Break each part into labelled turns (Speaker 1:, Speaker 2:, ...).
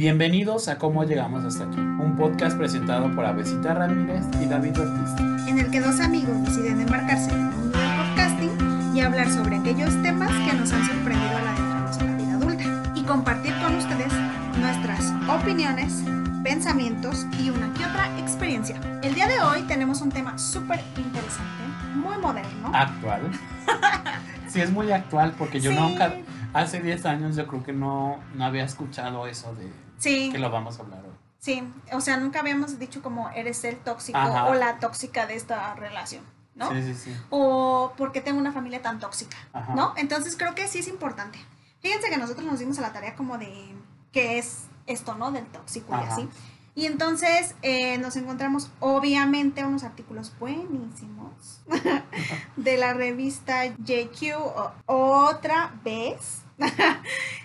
Speaker 1: Bienvenidos a Cómo Llegamos Hasta Aquí, un podcast presentado por Avesita Ramírez y David Ortiz.
Speaker 2: en el que dos amigos deciden embarcarse en el mundo del podcasting y hablar sobre aquellos temas que nos han sorprendido al adentrarnos en la vida adulta y compartir con ustedes nuestras opiniones, pensamientos y una que otra experiencia. El día de hoy tenemos un tema súper interesante, muy moderno.
Speaker 1: Actual. Sí, es muy actual porque Ah, yo
Speaker 2: Sí,
Speaker 1: nunca, hace 10 años yo creo que no, no había escuchado eso de
Speaker 2: Sí,
Speaker 1: que lo vamos a hablar hoy.
Speaker 2: sí. O sea, nunca habíamos dicho como eres el tóxico
Speaker 1: Ajá.
Speaker 2: o la tóxica de esta relación, ¿no?
Speaker 1: Sí, sí, sí.
Speaker 2: o por qué tengo una familia tan tóxica,
Speaker 1: Ajá.
Speaker 2: ¿no? Entonces creo que sí es importante. Fíjense que nosotros nos dimos a la tarea como de qué es esto, ¿no? Del tóxico y
Speaker 1: Ajá.
Speaker 2: así. Y entonces eh, nos encontramos obviamente unos artículos buenísimos de la revista JQ o- otra vez.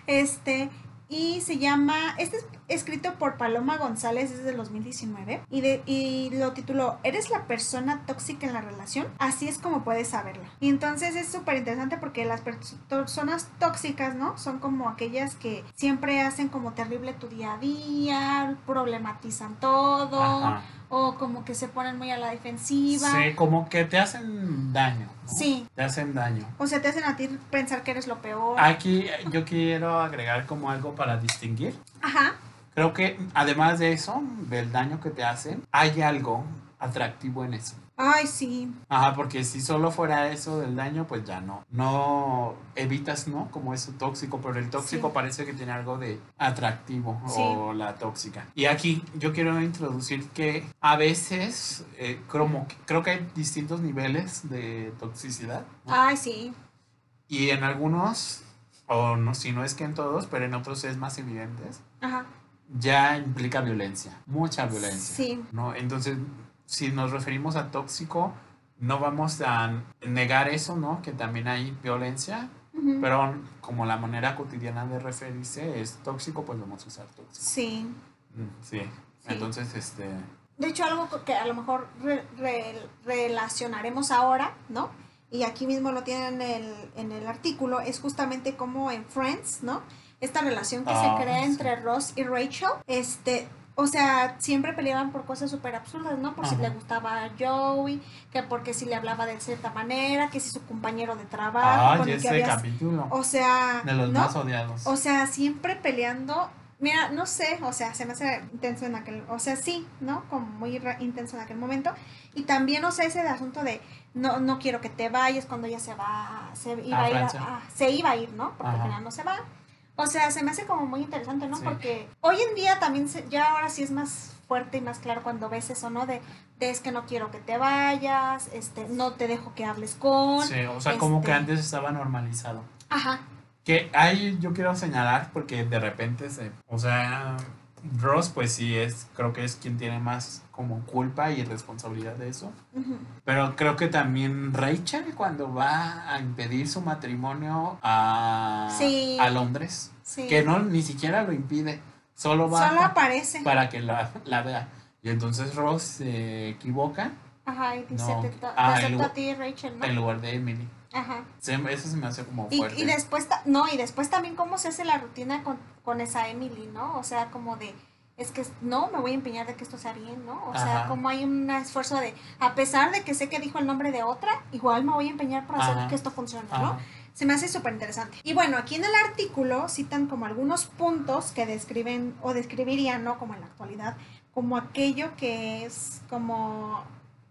Speaker 2: este, y se llama, este es escrito por Paloma González desde el 2019 y, de, y lo tituló ¿Eres la persona tóxica en la relación? Así es como puedes saberlo. Y entonces es súper interesante porque las pers- personas tóxicas, ¿no? Son como aquellas que siempre hacen como terrible tu día a día, problematizan todo
Speaker 1: Ajá.
Speaker 2: o como que se ponen muy a la defensiva.
Speaker 1: Sí, como que te hacen daño. ¿no?
Speaker 2: Sí.
Speaker 1: Te hacen daño.
Speaker 2: O sea, te hacen a ti pensar que eres lo peor.
Speaker 1: Aquí eh, yo quiero agregar como algo para distinguir.
Speaker 2: Ajá.
Speaker 1: Creo que además de eso, del daño que te hacen, hay algo atractivo en eso.
Speaker 2: Ay, sí.
Speaker 1: Ajá, porque si solo fuera eso del daño, pues ya no. No evitas, ¿no? Como eso tóxico, pero el tóxico
Speaker 2: Sí.
Speaker 1: parece que tiene algo de atractivo
Speaker 2: Sí.
Speaker 1: o la tóxica. Y aquí yo quiero introducir que a veces eh, como, que- creo que hay distintos niveles de toxicidad. ¿no?
Speaker 2: Ay, sí.
Speaker 1: Y en algunos, o no, si no es que en todos, pero en otros es más evidente,
Speaker 2: Ajá.
Speaker 1: ya implica violencia, mucha violencia.
Speaker 2: Sí.
Speaker 1: ¿no? Entonces, si nos referimos a tóxico, no vamos a negar eso, ¿no? Que también hay violencia,
Speaker 2: Ujú.
Speaker 1: pero como la manera cotidiana de referirse es tóxico, pues vamos a usar tóxico.
Speaker 2: Sí.
Speaker 1: Mm, Sí. Entonces, este,
Speaker 2: De hecho, algo que a lo mejor re- re- relacionaremos ahora, ¿no? Y aquí mismo lo tienen en el, en el artículo, es justamente como en Friends, ¿no? Esta relación que
Speaker 1: Ah,
Speaker 2: se crea
Speaker 1: sí.
Speaker 2: entre Ross y Rachel, este, o sea, siempre peleaban por cosas súper absurdas, ¿no? Por si
Speaker 1: Ajá.
Speaker 2: le gustaba a Joey, que porque si le hablaba de cierta manera, que si su compañero de trabajo,
Speaker 1: ay,
Speaker 2: Ah, con el que
Speaker 1: Ah, ese
Speaker 2: había...
Speaker 1: capítulo
Speaker 2: O sea,
Speaker 1: de los
Speaker 2: ¿no?
Speaker 1: más odiados.
Speaker 2: O sea, siempre peleando. Mira, no sé, o sea, se me hace intenso en aquel, o sea, sí, ¿no? Como muy ra- intenso en aquel momento. Y también, o sea, ese asunto de no, no quiero que te vayas cuando ella se va, se iba
Speaker 1: A
Speaker 2: a ir, a-
Speaker 1: Francia.
Speaker 2: a- se iba a ir, ¿no? Porque
Speaker 1: Ajá.
Speaker 2: al final no se va. O sea, se me hace como muy interesante, ¿no?
Speaker 1: Sí.
Speaker 2: Porque hoy en día también, se- ya ahora sí es más fuerte y más claro cuando ves eso, ¿no? De, de es que no quiero que te vayas, este, no te dejo que hables con.
Speaker 1: Sí, o sea, como que
Speaker 2: este-
Speaker 1: antes estaba normalizado.
Speaker 2: Ajá,
Speaker 1: Que ahí yo quiero señalar porque de repente se. O sea, Ross, pues sí, es, creo que es quien tiene más como culpa y responsabilidad de eso.
Speaker 2: ujú,
Speaker 1: Pero creo que también Rachel, cuando va a impedir su matrimonio a,
Speaker 2: Sí.
Speaker 1: a Londres,
Speaker 2: sí.
Speaker 1: que no ni siquiera lo impide, solo va
Speaker 2: Solo aparece.
Speaker 1: para que la, la vea. Y entonces Ross se equivoca
Speaker 2: Ajá, y dice,
Speaker 1: No,
Speaker 2: te, te
Speaker 1: ah,
Speaker 2: acepto
Speaker 1: el-
Speaker 2: a ti, Rachel, ¿no?
Speaker 1: en lugar de Emily.
Speaker 2: Ajá.
Speaker 1: Se- eso se me hace como
Speaker 2: Y,
Speaker 1: fuerte.
Speaker 2: y después, ta- no, y después también cómo se hace la rutina con, con esa Emily, ¿no? O sea, como de, es que no, me voy a empeñar de que esto sea bien, ¿no? O sea,
Speaker 1: Ajá.
Speaker 2: como hay un esfuerzo de, a pesar de que sé que dijo el nombre de otra, igual me voy a empeñar para hacer
Speaker 1: Ajá.
Speaker 2: que esto funcione, ¿no?
Speaker 1: Ajá.
Speaker 2: Se me hace súper interesante. Y bueno, aquí en el artículo citan como algunos puntos que describen o describirían, ¿no? Como en la actualidad, como aquello que es como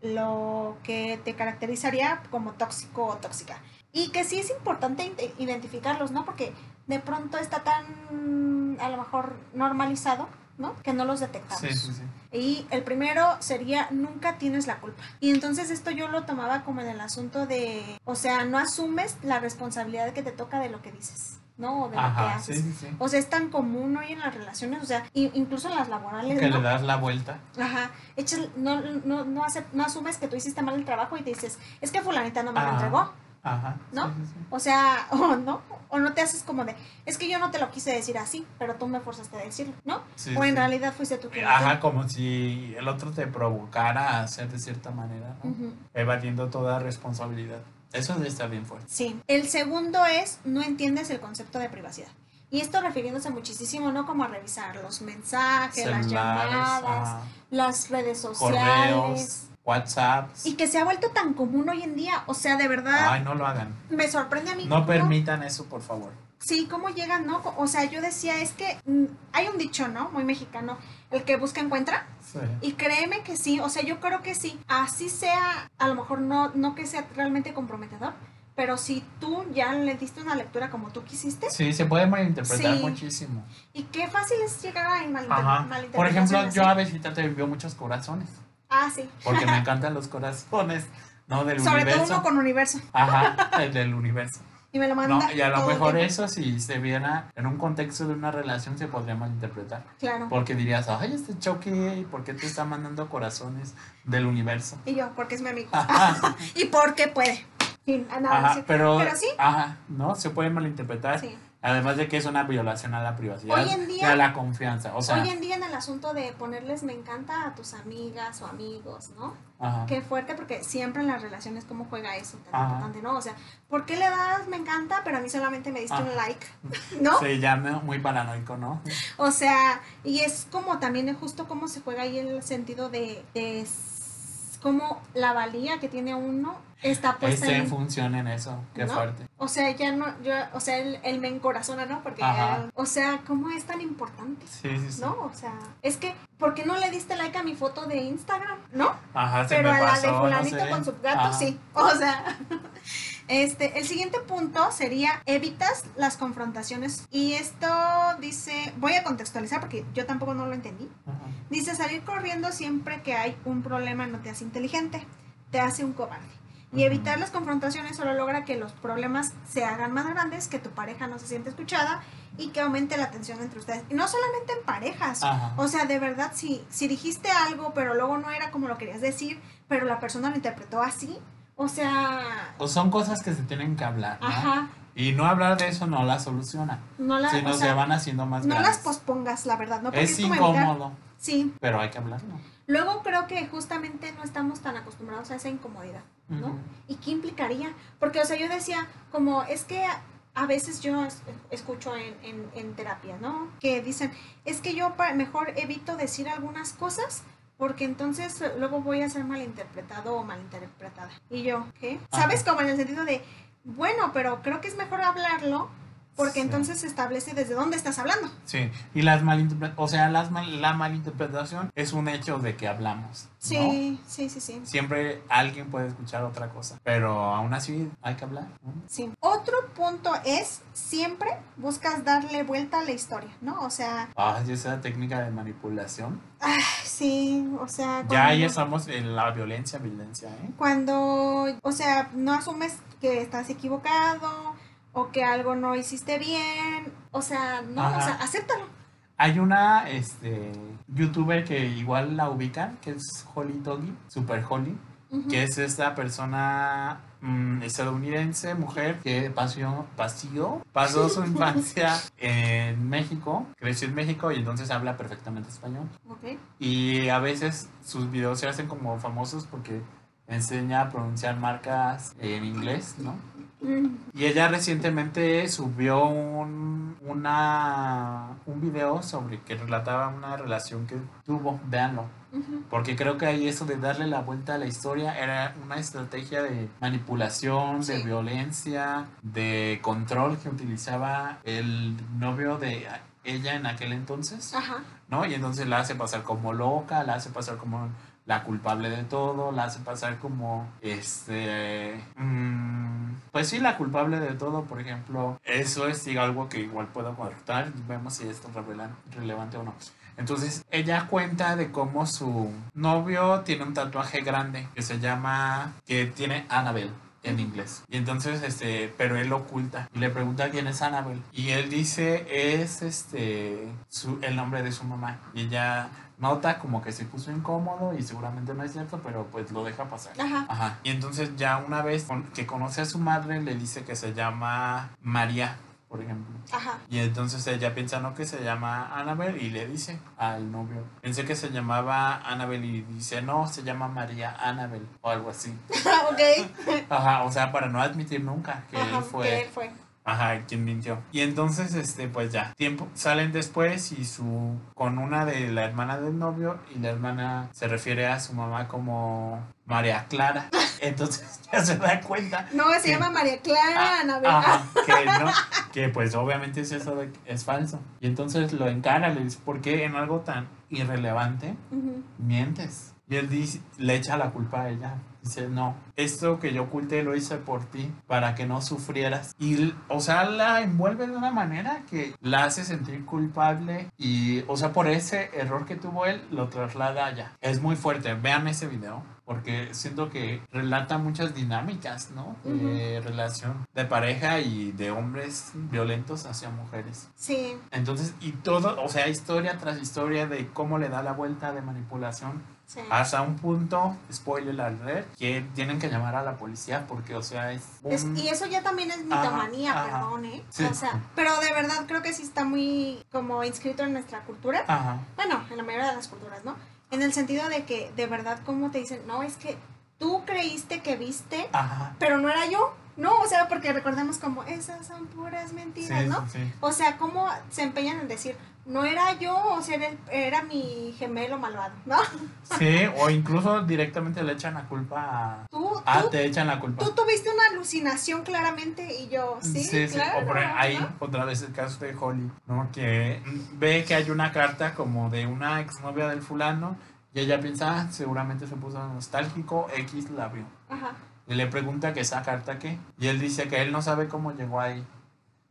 Speaker 2: lo que te caracterizaría como tóxico o tóxica. Y que sí es importante ide- identificarlos, ¿no? Porque de pronto está tan, a lo mejor, normalizado, ¿no? Que no los detectamos.
Speaker 1: Sí, sí, sí.
Speaker 2: Y el primero sería nunca tienes la culpa. Y entonces esto yo lo tomaba como en el asunto de, o sea, no asumes la responsabilidad que te toca de lo que dices, ¿no? O de lo que
Speaker 1: Ajá, sí,
Speaker 2: haces.
Speaker 1: sí, sí.
Speaker 2: O sea, es tan común hoy en las relaciones, o sea, i- incluso en las laborales,
Speaker 1: Que
Speaker 2: ¿no?
Speaker 1: le das la vuelta.
Speaker 2: Ajá, echas- no, no, no, hace- no asumes que tú hiciste mal el trabajo y te dices, es que fulanita no me lo
Speaker 1: Ah.
Speaker 2: entregó.
Speaker 1: Ajá.
Speaker 2: ¿No?
Speaker 1: sí, sí, sí.
Speaker 2: O sea, o no, o no te haces como de, es que yo no te lo quise decir así, pero tú me forzaste a decirlo, ¿no?
Speaker 1: Sí,
Speaker 2: o en
Speaker 1: sí.
Speaker 2: realidad fuiste tú quien lo
Speaker 1: Ajá, como si el otro te provocara a hacer de cierta manera,
Speaker 2: hizo.
Speaker 1: ¿no?
Speaker 2: Ujú.
Speaker 1: evadiendo toda responsabilidad. Eso sí está bien fuerte.
Speaker 2: Sí. El segundo es no entiendes el concepto de privacidad. Y esto refiriéndose muchísimo, ¿no? Como a revisar los mensajes, Ah, las
Speaker 1: ah,
Speaker 2: llamadas,
Speaker 1: ajá,
Speaker 2: las redes sociales.
Speaker 1: correos, WhatsApps.
Speaker 2: Y que se ha vuelto tan común hoy en día. O sea, de verdad,
Speaker 1: Ay, no lo hagan.
Speaker 2: me sorprende a mí.
Speaker 1: No
Speaker 2: cómo-
Speaker 1: permitan eso, por favor.
Speaker 2: Sí, cómo llegan, ¿no? O sea, yo decía, es que mm, hay un dicho, ¿no? Muy mexicano. El que busca encuentra.
Speaker 1: Sí.
Speaker 2: Y créeme que sí, o sea, yo creo que sí. Así sea, a lo mejor no, no que sea realmente comprometedor, pero si tú ya le diste una lectura como tú quisiste,
Speaker 1: Sí, se puede malinterpretar
Speaker 2: Sí.
Speaker 1: muchísimo.
Speaker 2: y qué fácil es llegar a
Speaker 1: Ajá.
Speaker 2: malinter- malinterpretaciones.
Speaker 1: Por ejemplo, yo
Speaker 2: así.
Speaker 1: a Besita te envió muchos corazones.
Speaker 2: Ah, sí.
Speaker 1: Porque me encantan los corazones, ¿no? Del
Speaker 2: Sobre todo
Speaker 1: universo.
Speaker 2: uno con universo.
Speaker 1: Ajá, el del universo.
Speaker 2: Y me lo manda.
Speaker 1: No, y a lo
Speaker 2: todo el
Speaker 1: mejor
Speaker 2: tiempo.
Speaker 1: eso, si se viera en un contexto de una relación, se podría malinterpretar.
Speaker 2: Claro.
Speaker 1: Porque dirías, ay, este choque, ¿y por qué te está mandando corazones del universo?
Speaker 2: Y yo, porque es mi amigo.
Speaker 1: Ajá,
Speaker 2: y porque puede. Fin, ah, no,
Speaker 1: ajá,
Speaker 2: sí.
Speaker 1: pero,
Speaker 2: Pero sí.
Speaker 1: Ajá, ¿no? Se puede malinterpretar.
Speaker 2: Sí.
Speaker 1: Además de que es una violación a la privacidad
Speaker 2: Hoy en
Speaker 1: y
Speaker 2: día-
Speaker 1: a la confianza. O sea,
Speaker 2: Hoy en día en el asunto de ponerles me encanta a tus amigas o amigos, ¿no?
Speaker 1: ajá,
Speaker 2: Qué fuerte, porque siempre en las relaciones cómo juega eso tan
Speaker 1: Ajá.
Speaker 2: importante, ¿no? O sea, ¿por qué le das me encanta, pero a mí solamente me diste
Speaker 1: Ajá.
Speaker 2: un like, ¿no?
Speaker 1: se llama muy paranoico, ¿no?
Speaker 2: O sea, y es como también es justo cómo se juega ahí el sentido de, de s- cómo la valía que tiene uno está puesta
Speaker 1: Este
Speaker 2: en...
Speaker 1: funciona en eso, qué
Speaker 2: pues, eh, ¿No?
Speaker 1: fuerte.
Speaker 2: O sea, ya no, yo, o sea, el, el me encorazona, ¿no? Porque,
Speaker 1: Ajá.
Speaker 2: o sea, ¿cómo es tan importante?
Speaker 1: Sí, sí, sí.
Speaker 2: ¿No? O sea, es que, ¿por qué no le diste like a mi foto de Instagram? ¿No?
Speaker 1: Ajá, se
Speaker 2: pero
Speaker 1: me
Speaker 2: a la
Speaker 1: pasó,
Speaker 2: de fulanito
Speaker 1: no sé.
Speaker 2: con su gato
Speaker 1: Ajá.
Speaker 2: sí. O sea, este, el siguiente punto sería evitas las confrontaciones. Y esto dice, voy a contextualizar porque yo tampoco no lo entendí.
Speaker 1: Ajá.
Speaker 2: Dice salir corriendo siempre que hay un problema no te hace inteligente, te hace un cobarde. Y
Speaker 1: Ujú.
Speaker 2: evitar las confrontaciones solo logra que los problemas se hagan más grandes, que tu pareja no se siente escuchada y que aumente la tensión entre ustedes. Y no solamente en parejas,
Speaker 1: Ajá.
Speaker 2: o sea, de verdad, si, si dijiste algo, pero luego no era como lo querías decir, pero la persona lo interpretó así, o sea,
Speaker 1: O son cosas que se tienen que hablar, ¿no?
Speaker 2: ajá,
Speaker 1: Y no hablar de eso no la soluciona,
Speaker 2: no, la,
Speaker 1: sino
Speaker 2: o sea,
Speaker 1: se van haciendo más
Speaker 2: no las
Speaker 1: grandes.
Speaker 2: pospongas, la verdad, ¿no? Porque es,
Speaker 1: es
Speaker 2: como evitar,
Speaker 1: incómodo,
Speaker 2: sí.
Speaker 1: pero hay que hablarlo.
Speaker 2: Luego creo que justamente no estamos tan acostumbrados a esa incomodidad. ¿No?
Speaker 1: Ujú.
Speaker 2: ¿Y qué implicaría? Porque, o sea, yo decía, como, es que a- a veces yo es- escucho en, en, en terapia, ¿no? Que dicen, es que yo pa- mejor evito decir algunas cosas porque entonces eh, luego voy a ser malinterpretado o malinterpretada. Y yo, ¿qué?
Speaker 1: Ajá.
Speaker 2: ¿Sabes? Como en el sentido de, bueno, pero creo que es mejor hablarlo porque
Speaker 1: Sí.
Speaker 2: entonces se establece desde dónde estás hablando.
Speaker 1: Sí, y las malinterpretaciones, o sea, las mal- la malinterpretación es un hecho de que hablamos. ¿no?
Speaker 2: Sí, sí, sí, sí.
Speaker 1: Siempre alguien puede escuchar otra cosa, pero aún así hay que hablar. ¿no?
Speaker 2: Sí. Otro punto es, siempre buscas darle vuelta a la historia, ¿no? O sea,
Speaker 1: Ay, esa Ah, técnica de manipulación.
Speaker 2: Sí, o sea, cuando,
Speaker 1: Ya ahí estamos en la violencia, violencia, ¿eh?
Speaker 2: cuando, o sea, no asumes que estás equivocado o que algo no hiciste bien, o sea, no, o
Speaker 1: Ajá.
Speaker 2: sea, acéptalo.
Speaker 1: Hay una este, youtuber que igual la ubican, que es Holly Doggy, Super Holly,
Speaker 2: Ujú.
Speaker 1: que es esta persona mm, estadounidense, mujer, que pasó, pasó, pasó su infancia en México, creció en México y entonces habla perfectamente español.
Speaker 2: Ok.
Speaker 1: Y a veces sus videos se hacen como famosos porque enseña a pronunciar marcas en inglés, ¿no?
Speaker 2: Mm,
Speaker 1: Y ella recientemente subió un, una, un video sobre que relataba una relación que tuvo, véanlo.
Speaker 2: ujú.
Speaker 1: Porque creo que ahí eso de darle la vuelta a la historia era una estrategia de manipulación, de
Speaker 2: Sí.
Speaker 1: violencia, de control que utilizaba el novio de ella en aquel entonces,
Speaker 2: Ajá.
Speaker 1: ¿no? Y entonces la hace pasar como loca, la hace pasar como la culpable de todo, la hace pasar como, este, mm, pues sí, la culpable de todo, por ejemplo, eso es digo, algo que igual puedo cortar, vemos si esto es revela- relevante o no. Entonces ella cuenta de cómo su novio tiene un tatuaje grande que se llama, que tiene Annabelle en inglés. Y entonces, este, pero él lo oculta y le pregunta quién es Annabelle. Y él dice, es este, su, el nombre de su mamá. Y ella nota como que se puso incómodo y seguramente no es cierto, pero pues lo deja pasar.
Speaker 2: Ajá.
Speaker 1: Ajá. Y entonces ya una vez con- que conoce a su madre, le dice que se llama María, por ejemplo.
Speaker 2: Ajá.
Speaker 1: Y entonces ella piensa, no, que se llama Annabel y le dice al novio. Pensé que se llamaba Annabel y dice, no, se llama María Annabel o algo así.
Speaker 2: ok.
Speaker 1: Ajá, o sea, para no admitir nunca que
Speaker 2: Ajá,
Speaker 1: él fue.
Speaker 2: que él fue.
Speaker 1: Ajá, quien mintió. Y entonces, este, pues ya, tiempo, salen después y su, con una de la hermana del novio y la hermana se refiere a su mamá como María Clara. Entonces ya se da cuenta.
Speaker 2: No, se
Speaker 1: que-
Speaker 2: llama María Clara,
Speaker 1: Ah,
Speaker 2: Ana
Speaker 1: ajá,
Speaker 2: Bela.
Speaker 1: que no, que pues obviamente es eso de- es falso. Y entonces lo encara, le dice, ¿por qué en algo tan irrelevante
Speaker 2: Ujú.
Speaker 1: mientes? Y él dice, le echa la culpa a ella. Dice, no, esto que yo oculté lo hice por ti, para que no sufrieras. Y, l- o sea, la envuelve de una manera que la hace sentir culpable. Y, o sea, por ese error que tuvo él, lo traslada allá. Es muy fuerte. Vean ese video, porque siento que relata muchas dinámicas, ¿no? De relación de pareja y de hombres violentos hacia mujeres.
Speaker 2: Sí,
Speaker 1: Entonces, y todo, o sea, historia tras historia de cómo le da la vuelta de manipulación
Speaker 2: sí.
Speaker 1: hasta un punto, spoiler alert, que tienen que llamar a la policía porque, o sea, es un...
Speaker 2: Es- y eso ya también es
Speaker 1: Ajá,
Speaker 2: mitomanía,
Speaker 1: ajá.
Speaker 2: perdón, ¿eh?
Speaker 1: Sí.
Speaker 2: O sea, pero de verdad creo que sí está muy como inscrito en nuestra cultura.
Speaker 1: Ajá,
Speaker 2: Bueno, en la mayoría de las culturas, ¿no? En el sentido de que de verdad como te dicen, no, es que tú creíste que viste,
Speaker 1: ajá.
Speaker 2: pero no era yo. No, o sea, porque recordemos como, esas son puras mentiras,
Speaker 1: Sí,
Speaker 2: ¿no?
Speaker 1: sí, sí.
Speaker 2: O sea, ¿cómo se empeñan en decir, no era yo, o sea, era, el- era mi gemelo malvado, ¿no?
Speaker 1: Sí, o incluso directamente le echan la culpa a...
Speaker 2: Tú,
Speaker 1: Ah,
Speaker 2: tú,
Speaker 1: te echan la culpa.
Speaker 2: tú tuviste una alucinación claramente y yo, sí, claro.
Speaker 1: O por ahí
Speaker 2: ¿no?
Speaker 1: otra vez el caso de Holly, ¿no? Que ve que hay una carta como de una exnovia del fulano y ella piensa, "Ah, seguramente se puso nostálgico, X la vio.
Speaker 2: Ajá.
Speaker 1: Y le pregunta que esa carta qué. Y él dice que él no sabe cómo llegó ahí.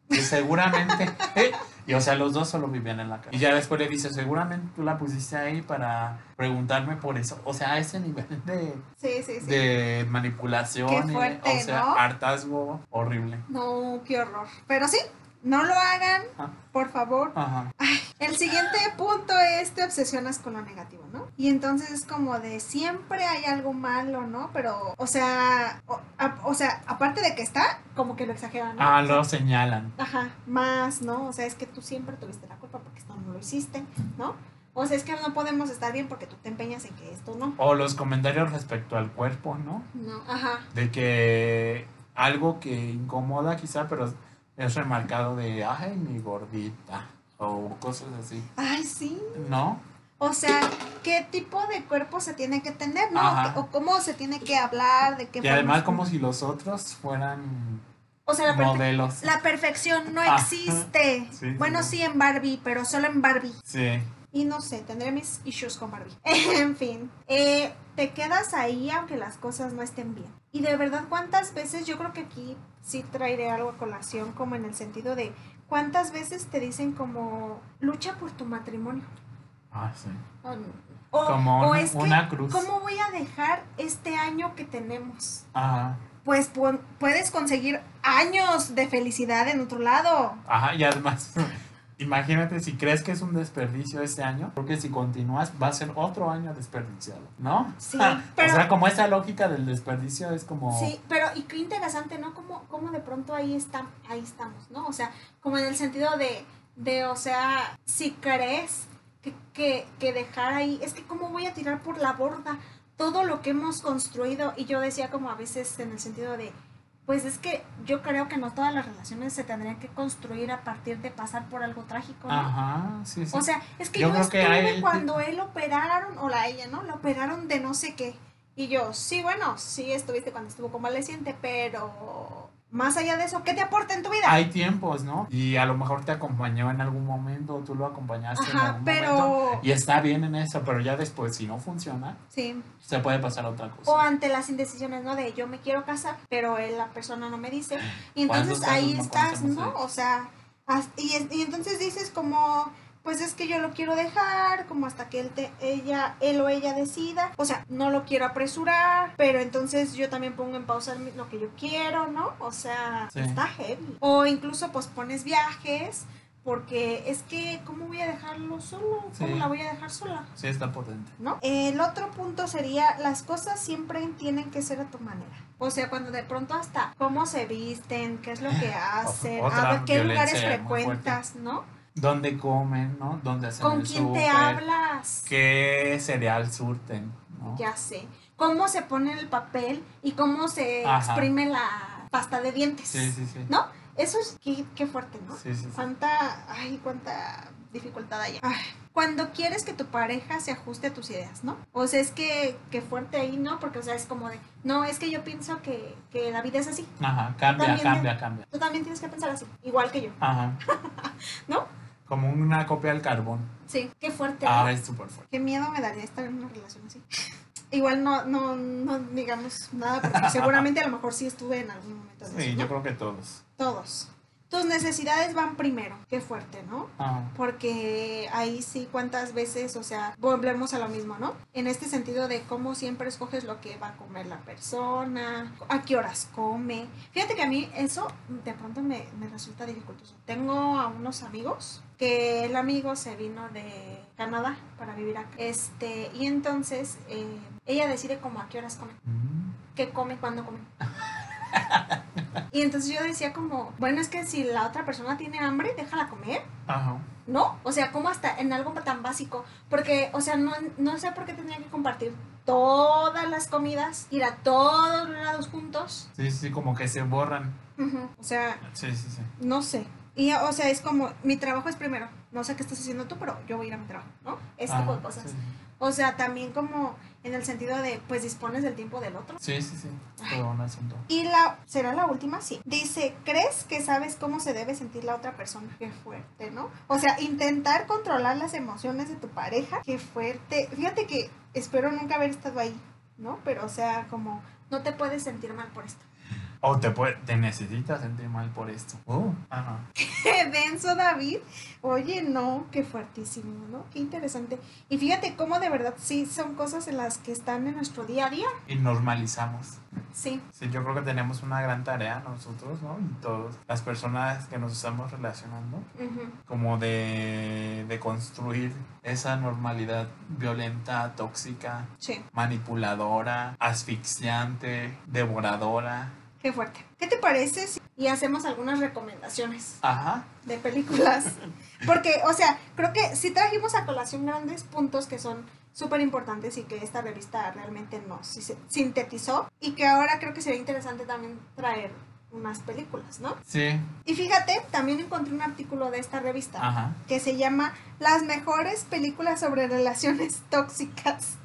Speaker 1: Que seguramente. ¿eh? Y o sea, los dos solo vivían en la casa. Y ya después le dice, seguramente tú la pusiste ahí para preguntarme por eso. O sea, ese nivel de,
Speaker 2: Sí, sí, sí.
Speaker 1: de manipulación,
Speaker 2: Qué
Speaker 1: y-
Speaker 2: fuerte,
Speaker 1: o sea,
Speaker 2: ¿no?
Speaker 1: hartazgo horrible.
Speaker 2: No, qué horror. Pero sí, no lo hagan,
Speaker 1: Ah.
Speaker 2: por favor.
Speaker 1: Ajá.
Speaker 2: El siguiente punto es te obsesionas con lo negativo, ¿no? Y entonces es como de siempre hay algo malo, ¿no? Pero, o sea, o, a- o sea, aparte de que está, como que lo exageran, ¿no?
Speaker 1: Ah, lo señalan.
Speaker 2: Ajá, más, ¿no? O sea, es que tú siempre tuviste la culpa porque esto no lo hiciste, ¿no? O sea, es que no podemos estar bien porque tú te empeñas en que esto no.
Speaker 1: O los comentarios respecto al cuerpo, ¿no?
Speaker 2: No, ajá.
Speaker 1: De que algo que incomoda quizá, pero es remarcado de, ay, mi gordita. O cosas así.
Speaker 2: Ay, sí.
Speaker 1: ¿No?
Speaker 2: O sea, ¿qué tipo de cuerpo se tiene que tener, no?
Speaker 1: Ajá.
Speaker 2: O cómo se tiene que hablar, de qué
Speaker 1: Y además
Speaker 2: forma-
Speaker 1: como si los otros fueran
Speaker 2: O sea, la, perfe-
Speaker 1: modelos.
Speaker 2: la perfección no
Speaker 1: Ajá.
Speaker 2: existe.
Speaker 1: Ah, Sí, sí,
Speaker 2: bueno,
Speaker 1: sí.
Speaker 2: sí en Barbie, pero solo en Barbie.
Speaker 1: Sí.
Speaker 2: Y no sé, tendré mis issues con Barbie. en fin, eh, te quedas ahí aunque las cosas no estén bien. Y de verdad, ¿cuántas veces? Yo creo que aquí sí traeré algo a colación, como en el sentido de cuántas veces te dicen como lucha por tu matrimonio.
Speaker 1: Ah, sí.
Speaker 2: O, o-
Speaker 1: Como
Speaker 2: o
Speaker 1: un-
Speaker 2: es que,
Speaker 1: una cruz.
Speaker 2: ¿cómo voy a dejar este año que tenemos?
Speaker 1: Ajá.
Speaker 2: Pues pon- puedes conseguir años de felicidad en otro lado.
Speaker 1: Ajá, y además, imagínate si crees que es un desperdicio este año, porque si continúas va a ser otro año desperdiciado, ¿no?
Speaker 2: Sí,
Speaker 1: Ah, o
Speaker 2: pero-
Speaker 1: sea, como esa lógica del desperdicio es como...
Speaker 2: Sí, pero y qué interesante, ¿no? Como, como de pronto ahí, está, ahí estamos, ¿no? O sea, como en el sentido de, de o sea, si crees que, que, que dejar ahí, es que cómo voy a tirar por la borda todo lo que hemos construido. Y yo decía como a veces en el sentido de, pues es que yo creo que no todas las relaciones se tendrían que construir a partir de pasar por algo trágico, ¿no?
Speaker 1: Ajá, sí, sí.
Speaker 2: O sea, es que
Speaker 1: Yo
Speaker 2: yo,
Speaker 1: creo que
Speaker 2: estuve
Speaker 1: hay-
Speaker 2: cuando él operaron, o la ella, ¿no? La operaron de no sé qué. Y yo, sí, bueno, sí estuviste cuando estuvo convaleciente, pero más allá de eso, ¿qué te aporta en tu vida?
Speaker 1: hay tiempos, ¿no? Y a lo mejor te acompañó en algún momento, tú lo acompañaste en
Speaker 2: Ajá,
Speaker 1: algún momento.
Speaker 2: pero
Speaker 1: Y está bien en eso, pero ya después, si no funciona,
Speaker 2: sí.
Speaker 1: se puede pasar a otra cosa.
Speaker 2: O ante las indecisiones, ¿no? De yo me quiero casar, pero él, la persona no me dice. Y
Speaker 1: ¿Cuántos casos
Speaker 2: entonces ahí
Speaker 1: no
Speaker 2: estás,
Speaker 1: conocemos,
Speaker 2: ¿no?
Speaker 1: eh?
Speaker 2: O sea, as- y, es- y entonces dices como, pues es que yo lo quiero dejar, como hasta que él, te, ella, él o ella decida. O sea, no lo quiero apresurar, pero entonces yo también pongo en pausa mi- lo que yo quiero, ¿no? O sea,
Speaker 1: Sí.
Speaker 2: está heavy. O incluso pospones viajes. Porque es que, ¿cómo voy a dejarlo solo? ¿Cómo
Speaker 1: Sí.
Speaker 2: la voy a dejar sola?
Speaker 1: Sí, está potente.
Speaker 2: ¿no? El otro punto sería, las cosas siempre tienen que ser a tu manera. O sea, cuando de pronto hasta cómo se visten, qué es lo que hacen,
Speaker 1: Otra
Speaker 2: a qué lugares
Speaker 1: violencia muy
Speaker 2: frecuentas, ¿no?
Speaker 1: dónde comen, ¿no? Dónde hacen
Speaker 2: Con
Speaker 1: el
Speaker 2: quién te
Speaker 1: súper,
Speaker 2: hablas,
Speaker 1: qué cereal surten, ¿no?
Speaker 2: ya sé. Cómo se pone el papel y cómo se
Speaker 1: Ajá.
Speaker 2: exprime la pasta de dientes.
Speaker 1: Sí, sí, sí.
Speaker 2: ¿No? Eso es qué, qué fuerte, ¿no?
Speaker 1: Sí, sí, sí.
Speaker 2: Cuánta, ay, cuánta dificultad hay. Ay, cuando quieres que tu pareja se ajuste a tus ideas, ¿no? O sea, es que, que fuerte ahí, ¿no? Porque, o sea, es como de, no, es que yo pienso que, que la vida es así.
Speaker 1: Ajá, cambia,
Speaker 2: También-
Speaker 1: cambia, cambia.
Speaker 2: Tú también tienes que pensar así, igual que yo.
Speaker 1: Ajá.
Speaker 2: ¿No?
Speaker 1: Como una copia del carbón.
Speaker 2: Sí, qué fuerte. ¿no?
Speaker 1: Ah, es súper fuerte.
Speaker 2: Qué miedo me daría estar en una relación así. Igual no, no, no digamos nada, porque seguramente a lo mejor sí estuve en algún momento. de
Speaker 1: Sí,
Speaker 2: eso,
Speaker 1: yo
Speaker 2: ¿no?
Speaker 1: creo que todos.
Speaker 2: Todos. Tus necesidades van primero. Qué fuerte, ¿no?
Speaker 1: Ajá.
Speaker 2: Porque ahí sí, cuántas veces, o sea, volvemos a lo mismo, ¿no? En este sentido de cómo siempre escoges lo que va a comer la persona, a qué horas come. Fíjate que a mí eso de pronto me, me resulta dificultoso. Tengo a unos amigos que el amigo se vino de Canadá para vivir acá. Este, y entonces eh, ella decide como a qué horas come
Speaker 1: Mm.
Speaker 2: qué come, cuándo come. y entonces yo decía como, bueno, es que si la otra persona tiene hambre, déjala comer.
Speaker 1: Ajá.
Speaker 2: ¿No? O sea, como hasta en algo tan básico. Porque, o sea, no, no sé por qué tendría que compartir todas las comidas, ir a todos los lados juntos.
Speaker 1: Sí, sí, como que se borran.
Speaker 2: Ujú. O sea,
Speaker 1: Sí, sí, sí.
Speaker 2: no sé. Y, o sea, es como, mi trabajo es primero. No sé qué estás haciendo tú, pero yo voy a ir a mi trabajo, ¿no? Ese Este tipo de
Speaker 1: Ajá,
Speaker 2: cosas.
Speaker 1: Ah, sí,
Speaker 2: O sea, también como en el sentido de, pues dispones del tiempo del otro.
Speaker 1: Sí, sí, sí. Todo un asunto.
Speaker 2: Y la, ¿será la última? Sí. Dice, ¿crees que sabes cómo se debe sentir la otra persona? Qué fuerte, ¿no? O sea, intentar controlar las emociones de tu pareja. Qué fuerte. Fíjate que espero nunca haber estado ahí, ¿no? Pero, o sea, como, no te puedes sentir mal por esto.
Speaker 1: O Oh, te, puede, te necesitas sentir mal por esto. Oh, ajá.
Speaker 2: Qué denso, David. Oye, no, qué fuertísimo, ¿no? Qué interesante. Y fíjate cómo de verdad sí son cosas en las que están en nuestro día a día.
Speaker 1: Y normalizamos.
Speaker 2: Sí.
Speaker 1: Sí, yo creo que tenemos una gran tarea nosotros, ¿no? Y todos, las personas que nos estamos relacionando,
Speaker 2: Ujú.
Speaker 1: como de, de construir esa normalidad violenta, tóxica,
Speaker 2: Sí.
Speaker 1: manipuladora, asfixiante, devoradora.
Speaker 2: Qué fuerte. ¿Qué te parece si y hacemos algunas recomendaciones?
Speaker 1: Ajá.
Speaker 2: de películas. Porque, o sea, creo que sí trajimos a colación grandes puntos que son súper importantes y que esta revista realmente nos si- sintetizó y que ahora creo que sería interesante también traer unas películas, ¿no?
Speaker 1: Sí,
Speaker 2: Y fíjate, también encontré un artículo de esta revista
Speaker 1: ajá.
Speaker 2: que se llama Las mejores películas sobre relaciones tóxicas.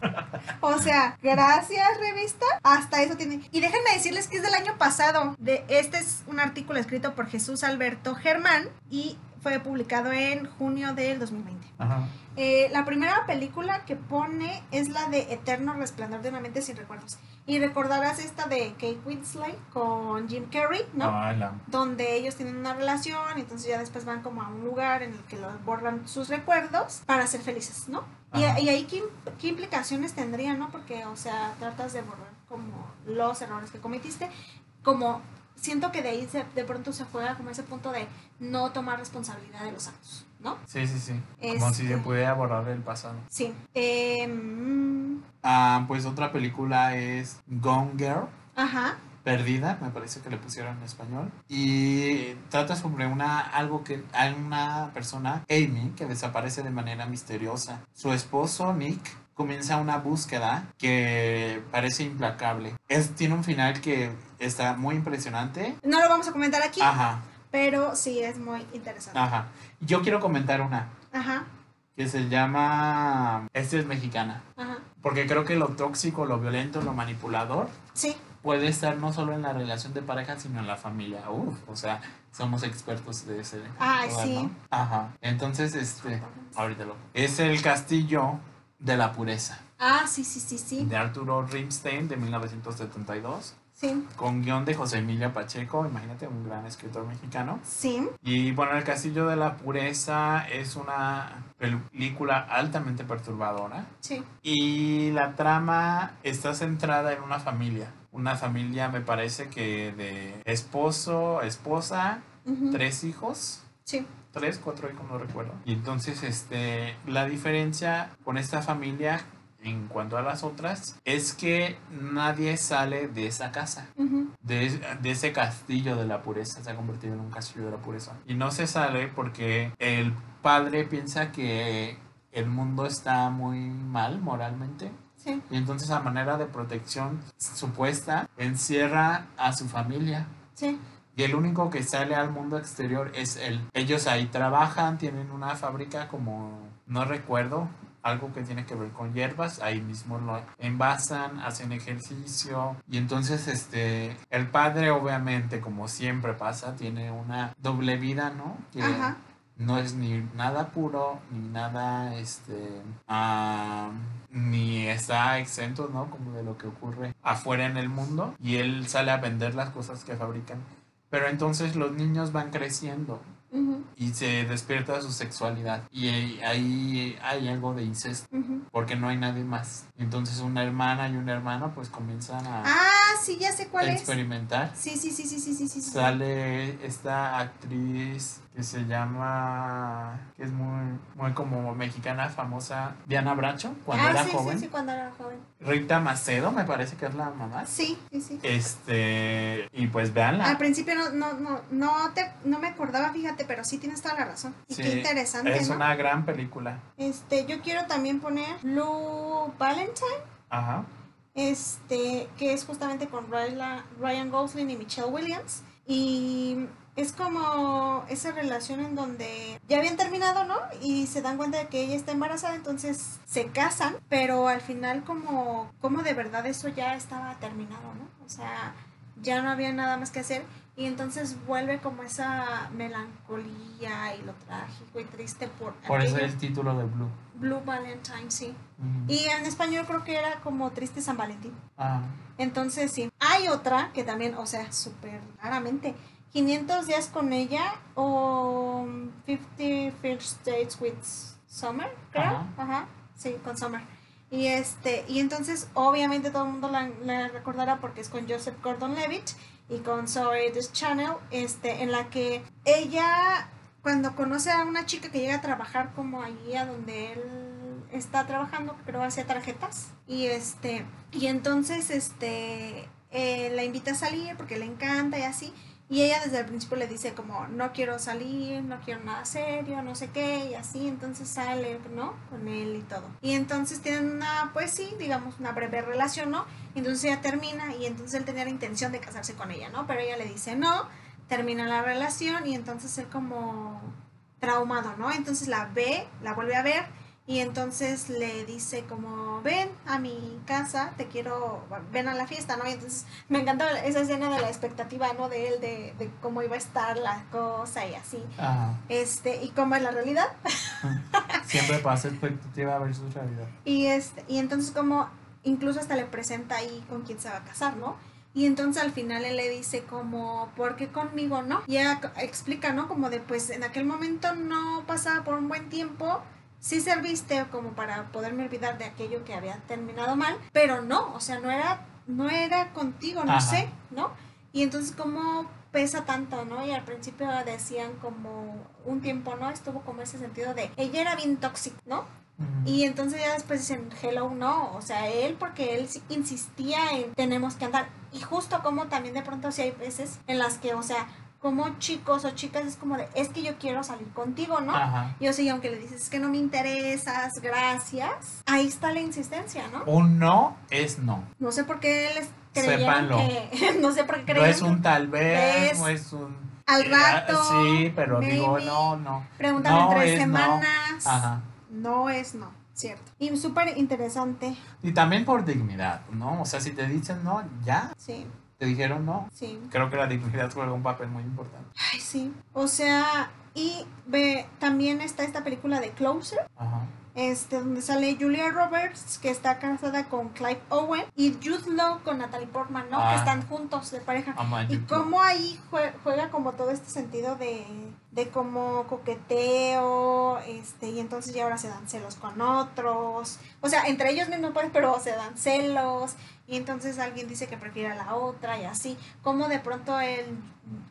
Speaker 2: O sea, gracias revista, hasta eso tiene. Y déjenme decirles que es del año pasado. De, este es un artículo escrito por Jesús Alberto Germán y fue publicado en junio del 2020.
Speaker 1: Ajá.
Speaker 2: Eh, la primera película que pone es la de Eterno Resplandor de una mente sin recuerdos. Y recordarás esta de Kate Winslet con Jim Carrey, ¿no?
Speaker 1: Ay, Ah, la-
Speaker 2: donde ellos tienen una relación y entonces ya después van como a un lugar en el que los borran sus recuerdos para ser felices, ¿no? Y,
Speaker 1: Ajá.
Speaker 2: y ahí ¿qué, im- qué implicaciones tendría, ¿no? Porque, o sea, tratas de borrar como los errores que cometiste, como siento que de ahí se- de pronto se juega como ese punto de no tomar responsabilidad de los actos, ¿no?
Speaker 1: Sí, sí, sí. Como si se
Speaker 2: Este.
Speaker 1: pudiera borrar el pasado.
Speaker 2: Sí. Em,
Speaker 1: Ah, pues otra película es Gone Girl,
Speaker 2: ajá,
Speaker 1: Perdida, me parece que le pusieron en español. Y trata sobre una, algo que, hay una persona, Amy, que desaparece de manera misteriosa. Su esposo, Nick, comienza una búsqueda que parece implacable. Es, tiene un final que está muy impresionante.
Speaker 2: no lo vamos a comentar aquí,
Speaker 1: Ajá,
Speaker 2: pero sí es muy interesante.
Speaker 1: ajá. Yo quiero comentar una
Speaker 2: Ajá,
Speaker 1: que se llama... Esta es mexicana.
Speaker 2: ajá,
Speaker 1: Porque creo que lo tóxico, lo violento, lo manipulador
Speaker 2: sí.
Speaker 1: puede estar no solo en la relación de pareja, sino en la familia. Uf, o sea, somos expertos de ese.
Speaker 2: Ay,
Speaker 1: lugar,
Speaker 2: Ah, sí.
Speaker 1: ¿no? Ajá. Entonces, este, ahorita lo. Es el castillo de la pureza
Speaker 2: Ah, sí, sí, sí, sí,
Speaker 1: de Arturo Rimstein de 1972
Speaker 2: sí,
Speaker 1: con guión de José Emilia Pacheco, imagínate, un gran escritor mexicano.
Speaker 2: sí.
Speaker 1: Y bueno, El Castillo de la Pureza es una película altamente perturbadora.
Speaker 2: Sí,
Speaker 1: Y la trama está centrada en una familia. Una familia, me parece que de esposo, esposa,
Speaker 2: ujú,
Speaker 1: tres hijos.
Speaker 2: sí,
Speaker 1: Tres, cuatro hijos, no recuerdo. Y entonces, este, la diferencia con esta familia en cuanto a las otras es que nadie sale de esa casa.
Speaker 2: ujú,
Speaker 1: De, es- de ese castillo de la pureza se ha convertido en un castillo de la pureza. Y no se sale porque el padre piensa que el mundo está muy mal moralmente
Speaker 2: sí,
Speaker 1: y entonces a manera de protección supuesta encierra a su familia
Speaker 2: sí,
Speaker 1: y el único que sale al mundo exterior es él. Ellos ahí trabajan, tienen una fábrica como, no recuerdo, algo que tiene que ver con hierbas, ahí mismo lo envasan, hacen ejercicio y entonces este el padre obviamente como siempre pasa tiene una doble vida, ¿no? Que
Speaker 2: Ajá.
Speaker 1: no es ni nada puro ni nada este ah, ni está exento, ¿no? Como de lo que ocurre afuera en el mundo y él sale a vender las cosas que fabrican. Pero entonces los niños van creciendo
Speaker 2: Ujú,
Speaker 1: y se despierta su sexualidad. Y ahí- ahí hay algo de incesto,
Speaker 2: ujú.
Speaker 1: porque no hay nadie más. Entonces una hermana y un hermano pues comienzan a,
Speaker 2: Ah, sí, ya sé
Speaker 1: a
Speaker 2: cuál es.
Speaker 1: experimentar.
Speaker 2: Sí, sí, sí, sí, sí, sí, sí. sí.
Speaker 1: Sale esta actriz que se llama, que es muy, muy como mexicana famosa, Diana Bracho, cuando
Speaker 2: ah,
Speaker 1: era
Speaker 2: sí,
Speaker 1: joven.
Speaker 2: sí, sí, cuando era joven.
Speaker 1: Rita Macedo me parece que es la mamá.
Speaker 2: Sí, sí, sí.
Speaker 1: Este, y pues
Speaker 2: Al
Speaker 1: veanla.
Speaker 2: principio no, no, no, no, te, no me acordaba, fíjate, pero sí tienes toda la razón. Y
Speaker 1: Sí,
Speaker 2: qué interesante,
Speaker 1: Es
Speaker 2: ¿no?
Speaker 1: una gran película.
Speaker 2: Este, yo quiero también poner Blue Valentine,
Speaker 1: Ajá.
Speaker 2: este, que es justamente con Ryla- Ryan Gosling y Michelle Williams. Y es como esa relación en donde ya habían terminado, ¿no? Y se dan cuenta de que ella está embarazada, entonces se casan, pero al final como, como de verdad eso ya estaba terminado, ¿no? O sea, ya no había nada más que hacer. Y entonces vuelve como esa melancolía y lo trágico y triste por,
Speaker 1: Por eso
Speaker 2: aquello.
Speaker 1: el título de Blue.
Speaker 2: Blue Valentine, sí.
Speaker 1: Ujú.
Speaker 2: Y en español creo que era como Triste San Valentín.
Speaker 1: Ah.
Speaker 2: Entonces, sí. Hay otra que también, o sea, súper raramente. 500 días con ella o 50 First Dates with Summer, creo.
Speaker 1: Ajá.
Speaker 2: Ajá. Sí, con Summer. Y este, y entonces obviamente todo el mundo la, la recordará porque es con Joseph Gordon Levitt y con Sorry This Channel, este, en la que ella cuando conoce a una chica que llega a trabajar como allí a donde él está trabajando, creo hace tarjetas, y este, y entonces este eh, la invita a salir porque le encanta y así. Y ella desde el principio le dice como, no quiero salir, no quiero nada serio, no sé qué, y así, entonces sale, ¿no? Con él y todo. Y entonces tienen una, pues sí, digamos, una breve relación, ¿no? Y entonces ella termina y entonces él tenía la intención de casarse con ella, ¿no? Pero ella le dice no, termina la relación y entonces él como traumado, ¿no? Entonces la ve, la vuelve a ver y entonces le dice como, ven a mi casa, te quiero, ven a la fiesta, ¿no? Y entonces me encantó esa escena de la expectativa, ¿no? De él, de, de cómo iba a estar la cosa y así.
Speaker 1: Ah,
Speaker 2: Este, y cómo es la realidad.
Speaker 1: siempre pasa expectativa versus realidad.
Speaker 2: Y, este, y entonces como incluso hasta le presenta ahí con quién se va a casar, ¿no? Y entonces al final él le dice como, ¿por qué conmigo no? Y ella c- explica, ¿no? Como de, pues en aquel momento no pasaba por un buen tiempo, sí serviste como para poderme olvidar de aquello que había terminado mal, pero no, o sea, no era, no era contigo, no
Speaker 1: Ajá.
Speaker 2: sé, ¿no? Y entonces como pesa tanto, ¿no? Y al principio decían como un tiempo, ¿no? Estuvo como ese sentido de, ella era bien tóxica, ¿no?
Speaker 1: Ujú.
Speaker 2: Y entonces ya después dicen, hello, no, o sea, él porque él sí insistía en tenemos que andar. Y justo como también de pronto si hay veces en las que, o sea, como chicos o chicas es como de, es que yo quiero salir contigo, ¿no?
Speaker 1: Ajá.
Speaker 2: Y o sea, y aunque le dices, es que no me interesas, gracias, ahí está la insistencia, ¿no?
Speaker 1: Un no es no.
Speaker 2: No sé por qué les creyeron
Speaker 1: Sépanlo.
Speaker 2: que, no sé por qué
Speaker 1: No
Speaker 2: creyeron
Speaker 1: es un tal vez,
Speaker 2: Ves.
Speaker 1: no es un...
Speaker 2: que al
Speaker 1: eh,
Speaker 2: rato,
Speaker 1: sí, pero digo,
Speaker 2: maybe.
Speaker 1: no, no.
Speaker 2: pregúntame
Speaker 1: No
Speaker 2: en tres
Speaker 1: es no.
Speaker 2: semanas.
Speaker 1: Ajá.
Speaker 2: No es no, cierto. Y súper interesante,
Speaker 1: Y también por dignidad, ¿no? O sea, si te dicen no, ya,
Speaker 2: sí,
Speaker 1: te dijeron no.
Speaker 2: sí.
Speaker 1: Creo que la dignidad juega un papel muy importante.
Speaker 2: Ay, sí. O sea, y ve, también está esta película de Closer,
Speaker 1: Ajá.
Speaker 2: este, donde sale Julia Roberts, que está casada con Clive Owen, y Jude Law con Natalie Portman, ¿no?
Speaker 1: Ah.
Speaker 2: Que están juntos de pareja.
Speaker 1: Ama
Speaker 2: Y
Speaker 1: YouTube.
Speaker 2: cómo ahí jue- juega como todo este sentido de, de como coqueteo, este, y entonces ya ahora se dan celos con otros, o sea, entre ellos mismos pues, pero se dan celos, y entonces alguien dice que prefiere a la otra y así, como de pronto él,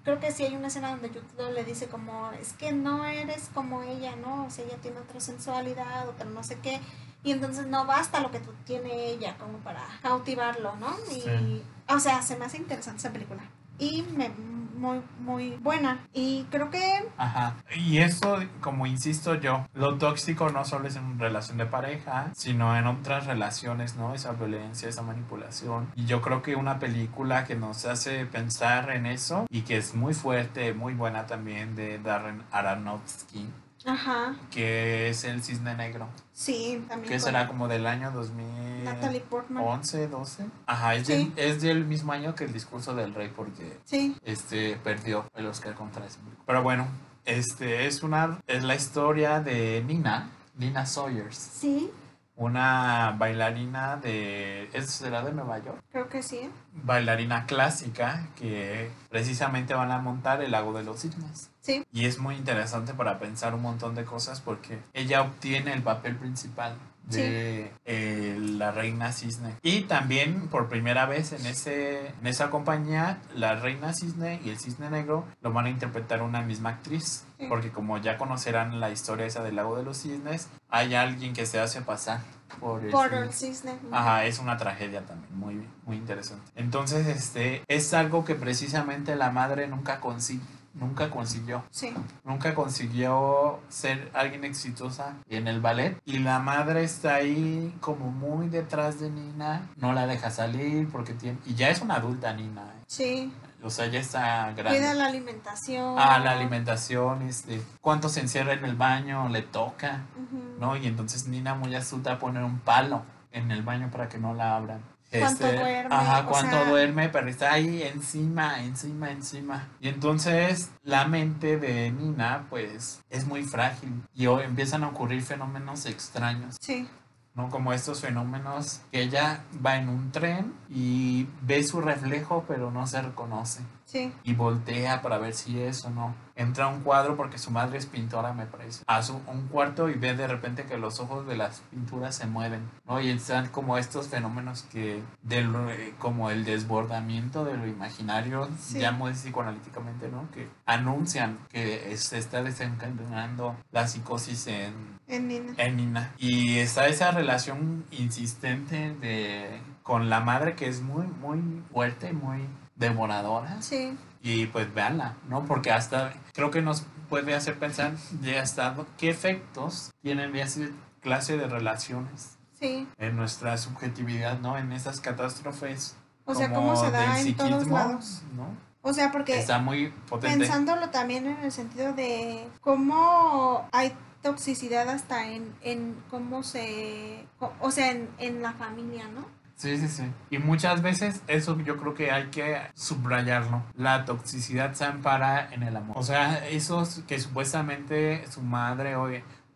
Speaker 2: creo que sí hay una escena donde YouTube le dice como, es que no eres como ella, ¿no? O sea, ella tiene otra sensualidad, otra no sé qué, y entonces no basta lo que tú- tiene ella como para cautivarlo, ¿no? Y,
Speaker 1: Sí.
Speaker 2: o sea, se me hace interesante esa película. Y me, muy, muy buena. Y creo que
Speaker 1: Ajá. Y esto, como insisto yo, lo tóxico no solo es en relación de pareja, sino en otras relaciones, ¿no? Esa violencia, esa manipulación. Y yo creo que una película que nos hace pensar en eso y que es muy fuerte, muy buena también de Darren Aronofsky,
Speaker 2: Ajá,
Speaker 1: que es El Cisne Negro,
Speaker 2: sí, también.
Speaker 1: que
Speaker 2: con
Speaker 1: será como del año 2000.
Speaker 2: Natalie Portman.
Speaker 1: 11, 12. Ajá, es,
Speaker 2: Sí.
Speaker 1: del, es del mismo año que el discurso del rey porque
Speaker 2: Sí,
Speaker 1: este perdió el Oscar contra ese película. Pero bueno, este es una es la historia de Nina, Nina Sawyers,
Speaker 2: sí,
Speaker 1: una bailarina de ¿es- será de Nueva York,
Speaker 2: creo que sí.
Speaker 1: bailarina clásica que precisamente van a montar el lago de los cisnes.
Speaker 2: Sí.
Speaker 1: Y es muy interesante para pensar un montón de cosas porque ella obtiene el papel principal de eh, la reina cisne. Y también por primera vez en, ese, en esa compañía, la reina cisne y el cisne negro lo van a interpretar una misma actriz.
Speaker 2: Sí.
Speaker 1: Porque como ya conocerán la historia esa del lago de los cisnes, hay alguien que se hace pasar por el
Speaker 2: Por
Speaker 1: cisne.
Speaker 2: el cisne.
Speaker 1: Ajá, es una tragedia también, muy, muy interesante. Entonces, este, es algo que precisamente la madre nunca consigue, nunca consiguió,
Speaker 2: Sí,
Speaker 1: nunca consiguió ser alguien exitosa en el ballet. Y la madre está ahí como muy detrás de Nina, no la deja salir porque tiene, y ya es una adulta Nina, ¿eh?
Speaker 2: sí.
Speaker 1: o sea, ya está grande.
Speaker 2: Cuida la alimentación.
Speaker 1: Ah, la alimentación, este, cuánto se encierra en el baño, le toca.
Speaker 2: Ujú.
Speaker 1: ¿no? Y entonces Nina muy astuta pone un palo en el baño para que no la abran. Este,
Speaker 2: ¿Cuánto duerme?
Speaker 1: Ajá,
Speaker 2: O
Speaker 1: cuánto
Speaker 2: sea-
Speaker 1: duerme, pero está ahí encima, encima, encima. Y entonces la mente de Nina, pues, es muy frágil. Y o- empiezan a ocurrir fenómenos extraños.
Speaker 2: Sí,
Speaker 1: ¿no? Como estos fenómenos que ella va en un tren y ve su reflejo pero no se reconoce
Speaker 2: sí.
Speaker 1: y voltea para ver si es o no. Entra a un cuadro porque su madre es pintora, me parece. A su- un cuarto y ve de repente que los ojos de las pinturas se mueven, ¿no? Y están como estos fenómenos que, del, eh, como el desbordamiento de lo imaginario,
Speaker 2: Sí.
Speaker 1: ya muy psicoanalíticamente, ¿no? Que anuncian que eh, se está desencadenando la psicosis en,
Speaker 2: En Nina.
Speaker 1: en Nina. Y está esa relación insistente de con la madre que es muy, muy fuerte, muy devoradora.
Speaker 2: Sí,
Speaker 1: Y pues véanla, ¿no? Porque hasta creo que nos puede hacer pensar de hasta do- qué efectos tienen esa clase de relaciones
Speaker 2: sí.
Speaker 1: en nuestra subjetividad, ¿no? En esas catástrofes.
Speaker 2: O sea, cómo se da
Speaker 1: del
Speaker 2: en todos
Speaker 1: psiquismo,
Speaker 2: lados.
Speaker 1: ¿no?
Speaker 2: O sea, porque
Speaker 1: Está muy potente.
Speaker 2: pensándolo también en el sentido de cómo hay toxicidad hasta en, en cómo se, o- o sea, en, en la familia, ¿no?
Speaker 1: Sí, sí, sí. Y muchas veces eso yo creo que hay que subrayarlo. La toxicidad se ampara en el amor. O sea, esos que supuestamente su madre o,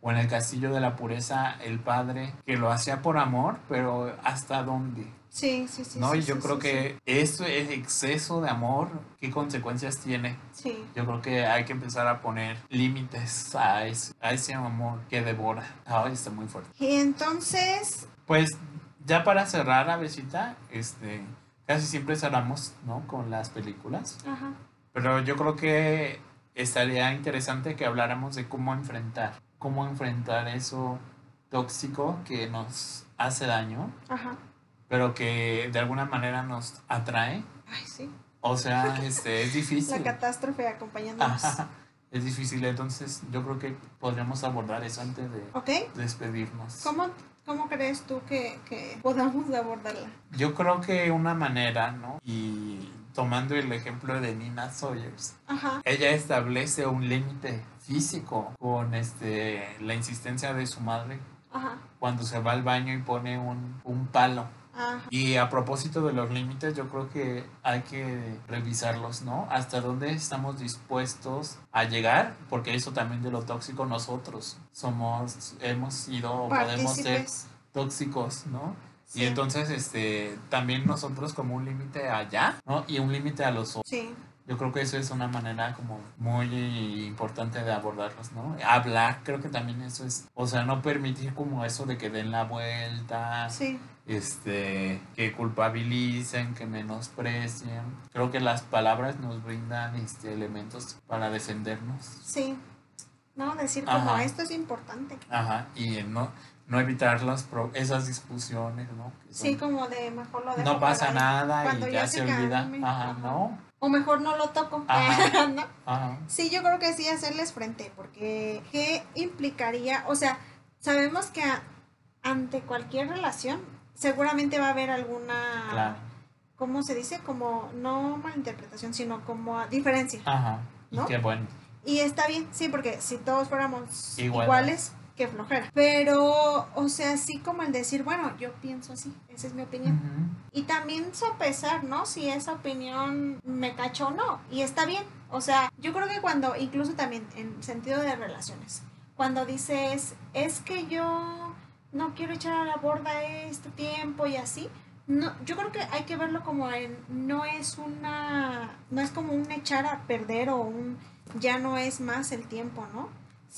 Speaker 1: o en el castillo de la pureza, el padre, que lo hacía por amor, pero ¿hasta dónde?
Speaker 2: Sí, sí, sí.
Speaker 1: ¿No?
Speaker 2: sí,
Speaker 1: y yo
Speaker 2: sí,
Speaker 1: creo
Speaker 2: sí,
Speaker 1: que eso es exceso de amor. ¿Qué consecuencias tiene?
Speaker 2: Sí, sí.
Speaker 1: Yo creo que hay que empezar a poner límites a ese, a ese amor que devora. Ay, está muy fuerte.
Speaker 2: Y entonces,
Speaker 1: Pues ya para cerrar, Avesita, este, casi siempre cerramos, ¿no? Con las películas.
Speaker 2: ajá,
Speaker 1: Pero yo creo que estaría interesante que habláramos de cómo enfrentar, cómo enfrentar eso tóxico que nos hace daño,
Speaker 2: ajá.
Speaker 1: pero que de alguna manera nos atrae.
Speaker 2: Ay, sí.
Speaker 1: O sea, este, es
Speaker 2: La
Speaker 1: difícil.
Speaker 2: catástrofe acompañándonos.
Speaker 1: Ajá, es difícil, entonces yo creo que podríamos abordar eso antes de
Speaker 2: ¿Ok?
Speaker 1: despedirnos.
Speaker 2: ¿Cómo, cómo crees tú que, que podamos abordarla?
Speaker 1: Yo creo que una manera, ¿no? Y tomando el ejemplo de Nina Sawyers,
Speaker 2: Ajá,
Speaker 1: ella establece un límite físico con este, la insistencia de su madre
Speaker 2: ajá,
Speaker 1: cuando se va al baño y pone un, un palo.
Speaker 2: ajá.
Speaker 1: Y a propósito de los límites, yo creo que hay que revisarlos, ¿no? Hasta dónde estamos dispuestos a llegar, porque eso también de lo tóxico nosotros somos, hemos sido o podemos ser
Speaker 2: Partícipes.
Speaker 1: tóxicos, ¿no?
Speaker 2: Sí,
Speaker 1: Y entonces, este, también nosotros como un límite allá, ¿no? Y un límite a los otros.
Speaker 2: Sí,
Speaker 1: Yo creo que eso es una manera como muy importante de abordarlos, ¿no? Hablar, creo que también eso es, o sea, no permitir como eso de que den la vuelta,
Speaker 2: sí,
Speaker 1: este, que culpabilicen, que menosprecien. Creo que las palabras nos brindan, este, elementos para defendernos.
Speaker 2: sí. No, decir como
Speaker 1: Ajá.
Speaker 2: esto es importante.
Speaker 1: Ajá, y no, no evitar las, pro- esas discusiones, ¿no? Que son
Speaker 2: Sí, como de mejor lo dejo
Speaker 1: no pasa
Speaker 2: para-
Speaker 1: nada
Speaker 2: cuando
Speaker 1: y
Speaker 2: ya
Speaker 1: ya
Speaker 2: se
Speaker 1: se olvida.
Speaker 2: calme,
Speaker 1: Ajá,
Speaker 2: ajá.
Speaker 1: no.
Speaker 2: O mejor no lo toco.
Speaker 1: Ajá.
Speaker 2: ¿no?
Speaker 1: Ajá.
Speaker 2: Sí, yo creo que sí hacerles frente, porque ¿qué implicaría? O sea, sabemos que a- ante cualquier relación seguramente va a haber alguna,
Speaker 1: Claro.
Speaker 2: ¿cómo se dice? Como no malinterpretación, sino como a- diferencia.
Speaker 1: Ajá. Y
Speaker 2: ¿No?
Speaker 1: Qué bueno.
Speaker 2: Y está bien, sí, porque si todos fuéramos
Speaker 1: Iguales.
Speaker 2: iguales, qué flojera. Pero, o sea, sí como el decir, bueno, yo pienso así, esa es mi opinión.
Speaker 1: Ujú.
Speaker 2: Y también sopesar, ¿no? Si esa opinión me cachó o no. Y está bien. O sea, yo creo que cuando, incluso también en sentido de relaciones, cuando dices, es que yo no quiero echar a la borda este tiempo y así, no, yo creo que hay que verlo como en, no es una, no es como un echar a perder o un, ya no es más el tiempo, ¿no?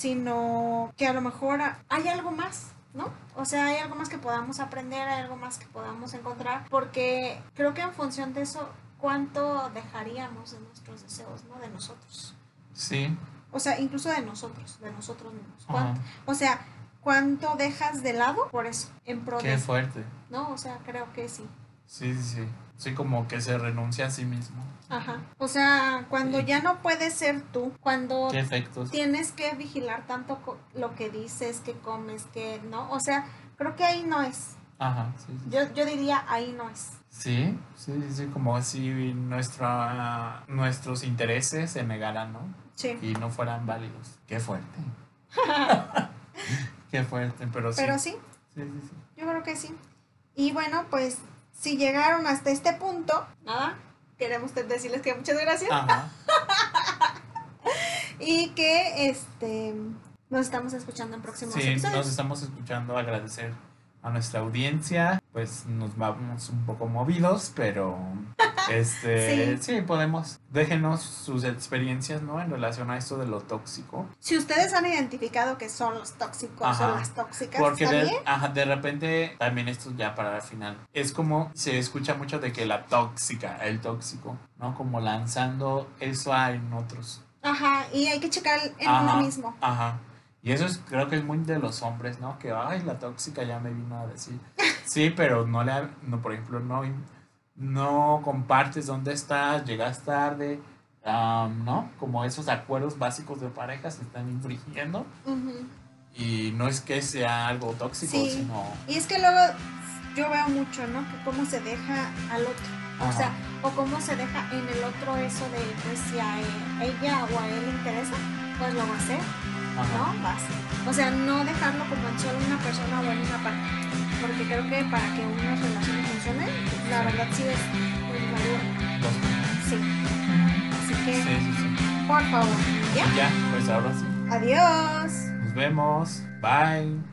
Speaker 2: Sino que a lo mejor hay algo más, ¿no? O sea, hay algo más que podamos aprender, hay algo más que podamos encontrar, porque creo que en función de eso, ¿cuánto dejaríamos de nuestros deseos, ¿no? De nosotros.
Speaker 1: Sí.
Speaker 2: O sea, incluso de nosotros, de nosotros mismos.
Speaker 1: Ajá.
Speaker 2: ¿Cuánto? O sea, ¿cuánto dejas de lado por eso? En pro
Speaker 1: Qué
Speaker 2: de,
Speaker 1: fuerte.
Speaker 2: ¿no? O sea, creo que sí.
Speaker 1: Sí, sí, sí. Sí, como que se renuncia a sí mismo.
Speaker 2: Ajá. O sea, cuando
Speaker 1: Sí.
Speaker 2: ya no puedes ser tú, cuando
Speaker 1: Qué efectos.
Speaker 2: tienes que vigilar tanto co- lo que dices, que comes, que no. O sea, creo que ahí no es.
Speaker 1: Ajá. Sí, sí.
Speaker 2: Yo, yo diría ahí no es.
Speaker 1: Sí, sí, sí, sí, como si nuestra, nuestros intereses se negaran, ¿no?
Speaker 2: Sí.
Speaker 1: Y no fueran válidos. Qué fuerte. Qué fuerte, pero sí.
Speaker 2: Pero sí,
Speaker 1: Sí, sí, sí.
Speaker 2: yo creo que sí. Y bueno, pues si llegaron hasta este punto, nada, queremos te- decirles que muchas gracias
Speaker 1: Ajá.
Speaker 2: y que este nos estamos escuchando en próximos
Speaker 1: Sí, nos
Speaker 2: episodios.
Speaker 1: estamos escuchando, agradecer a nuestra audiencia. Pues nos vamos un poco movidos, pero este sí. podemos. Déjenos sus experiencias, ¿no? En relación a esto de lo tóxico.
Speaker 2: Si ustedes han identificado que son los tóxicos
Speaker 1: Ajá.
Speaker 2: o las tóxicas,
Speaker 1: Porque
Speaker 2: ¿está
Speaker 1: de,
Speaker 2: bien?
Speaker 1: ajá, de repente, también esto ya para el final, es como se escucha mucho de que la tóxica, el tóxico, ¿no? Como lanzando eso a- en otros.
Speaker 2: Ajá, y hay que checar en
Speaker 1: Ajá,
Speaker 2: uno mismo.
Speaker 1: Ajá. Y eso es, creo que es muy de los hombres, ¿no? Que, ay, la tóxica ya me vino a decir. Sí, pero no le, ha- no, por ejemplo, no, no compartes dónde estás, llegas tarde, ah, ¿no? Como esos acuerdos básicos de pareja se están infringiendo.
Speaker 2: Ujú.
Speaker 1: Y no es que sea algo tóxico,
Speaker 2: Sí.
Speaker 1: sino...
Speaker 2: Y es que luego yo veo mucho, ¿no? Que cómo se deja al otro. O
Speaker 1: Ajá.
Speaker 2: sea, o cómo se deja en el otro eso de, pues, si a e- ella o a él le interesa, pues lo va a hacer,
Speaker 1: Ajá.
Speaker 2: ¿no? Va a hacer. O sea, no dejarlo como en solo una persona o en una parte. Porque creo que para que unas relaciones funcionen, la verdad sí es muy valioso.
Speaker 1: Los-
Speaker 2: Sí. Así que,
Speaker 1: Sí, sí, sí.
Speaker 2: por favor, ya.
Speaker 1: Ya, pues ahora sí.
Speaker 2: Adiós.
Speaker 1: Nos vemos. Bye.